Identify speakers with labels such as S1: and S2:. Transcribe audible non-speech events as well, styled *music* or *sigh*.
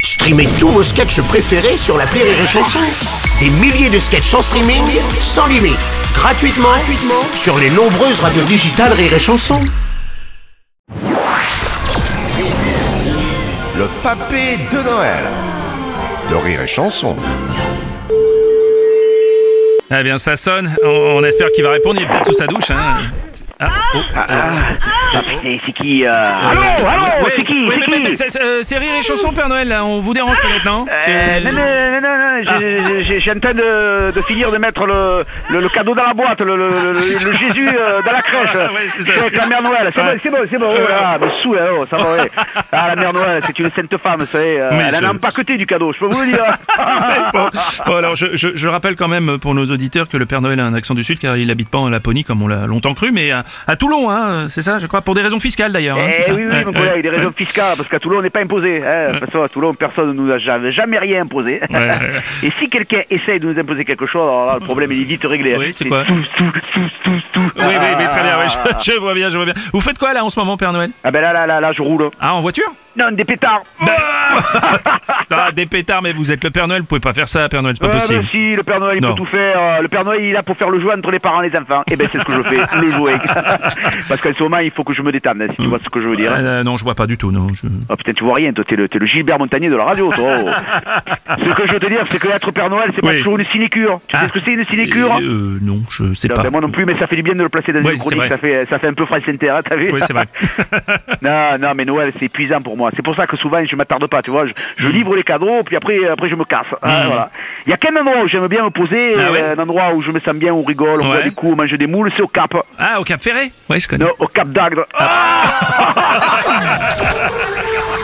S1: Streamez tous vos sketchs préférés sur la Rire et Chanson. Des milliers de sketchs en streaming, sans limite, gratuitement, gratuitement sur les nombreuses radios digitales Rire et Chanson.
S2: Le papé de Noël. De rire et chanson.
S3: Eh bien, ça sonne. On, on espère qu'il va répondre. Il est peut-être sous sa douche. Hein. Ah, oh,
S4: C'est c'est qui euh... Allô, allô,
S3: ouais,
S4: c'est qui
S3: ouais,
S4: C'est
S3: mais- mais-
S4: qui
S3: mais c'est- c'est, euh, c'est rire et chanson, Père Noël. Là. On vous dérange peut-être, non
S4: Euh,
S3: C'est-
S4: non, non, non, non, non,
S3: Ah.
S4: je- je- je je suis en train de, de finir de mettre le, le, le cadeau dans la boîte, le, le,
S3: *laughs*
S4: le- le Jésus euh, dans la crèche.
S3: Ouais, c'est ça.
S4: Je suis avec la mère Noël, c'est
S3: Ouais.
S4: bon, c'est bon, c'est bon. ouais, ah, me saoule, oh, ça va, ouais. Ah, la mère Noël, c'est une sainte femme, vous savez. euh,
S3: Oui,
S4: elle
S3: je-
S4: en a empaqueté du cadeau, je peux vous le dire.
S3: Bon, bon, Oh, alors je, je- je rappelle quand même pour nos auditeurs que le Père Noël a un accent du Sud car il habite pas en Laponie comme on l'a longtemps cru, mais à, à Toulon, hein, c'est ça, je crois, pour des raisons fiscales d'ailleurs. hein, c'est
S4: Eh
S3: ça
S4: oui, oui,
S3: *laughs* Ouais,
S4: mon
S3: ouais.
S4: collègue, des raisons fiscales, parce qu'à Toulon, on n'est pas imposé. Hein. De toute façon, à Toulon, personne ne nous a jamais, jamais rien imposé.
S3: Ouais, ouais.
S4: Et si quelqu'un essaye de nous imposer quelque chose, alors là, le problème, il est vite réglé. hein.
S3: Oui, c'est quoi Oui, oui, oui, très bien, ouais, je, je vois bien, je vois bien. Vous faites quoi là en ce moment, Père Noël
S4: Ah ben là, là, là, là, je roule.
S3: Ah, en voiture
S4: Non, des pétards.
S3: Ah, des pétards, mais vous êtes le Père Noël, vous pouvez pas faire ça, Père Noël, c'est pas
S4: Ah,
S3: possible.
S4: ben si, le Père Noël, il
S3: Non.
S4: peut tout faire. euh, Le Père Noël, il est là pour faire le jeu entre les parents et les enfants. Et ben, c'est ce que je
S3: *laughs*
S4: fais, le jouet. *laughs* Parce qu'à ce moment, il faut que je me détende, hein, si tu vois ce que je veux dire.
S3: Euh, non, je vois pas du tout, non. je-
S4: Oh putain, tu vois rien, toi, t'es le, t'es le Gilbert Montagnier de la radio,
S3: *laughs*
S4: toi. oh. ce que je veux te dire, c'est que être Père Noël, c'est pas
S3: Oui.
S4: toujours une sinécure. Tu
S3: Ah.
S4: sais ce que c'est une sinécure
S3: Euh, non, je sais
S4: Non,
S3: pas.
S4: ben, moi non plus, mais ça fait du bien de le placer dans
S3: Oui,
S4: une
S3: c'est vrai.
S4: chronique, ça fait, ça fait un peu France Inter, hein, t'as vu
S3: Oui, *laughs* c'est vrai.
S4: Non, non, mais Noël, c'est épuisant pour moi. C'est pour ça que souvent, je m'attarde pas, tu vois. Je, je livre les cadeaux, puis après, après je me casse. Ah, voilà. Il y a qu'un endroit où j'aime bien me poser,
S3: Hmm. Ah ouais
S4: euh, un endroit où je me sens bien, on rigole, on
S3: Ouais.
S4: boit des coups, on mange des moules, c'est au Cap.
S3: Ah, au Cap Ferré Oui, je connais.
S4: Non, au Cap d'Agde. Ah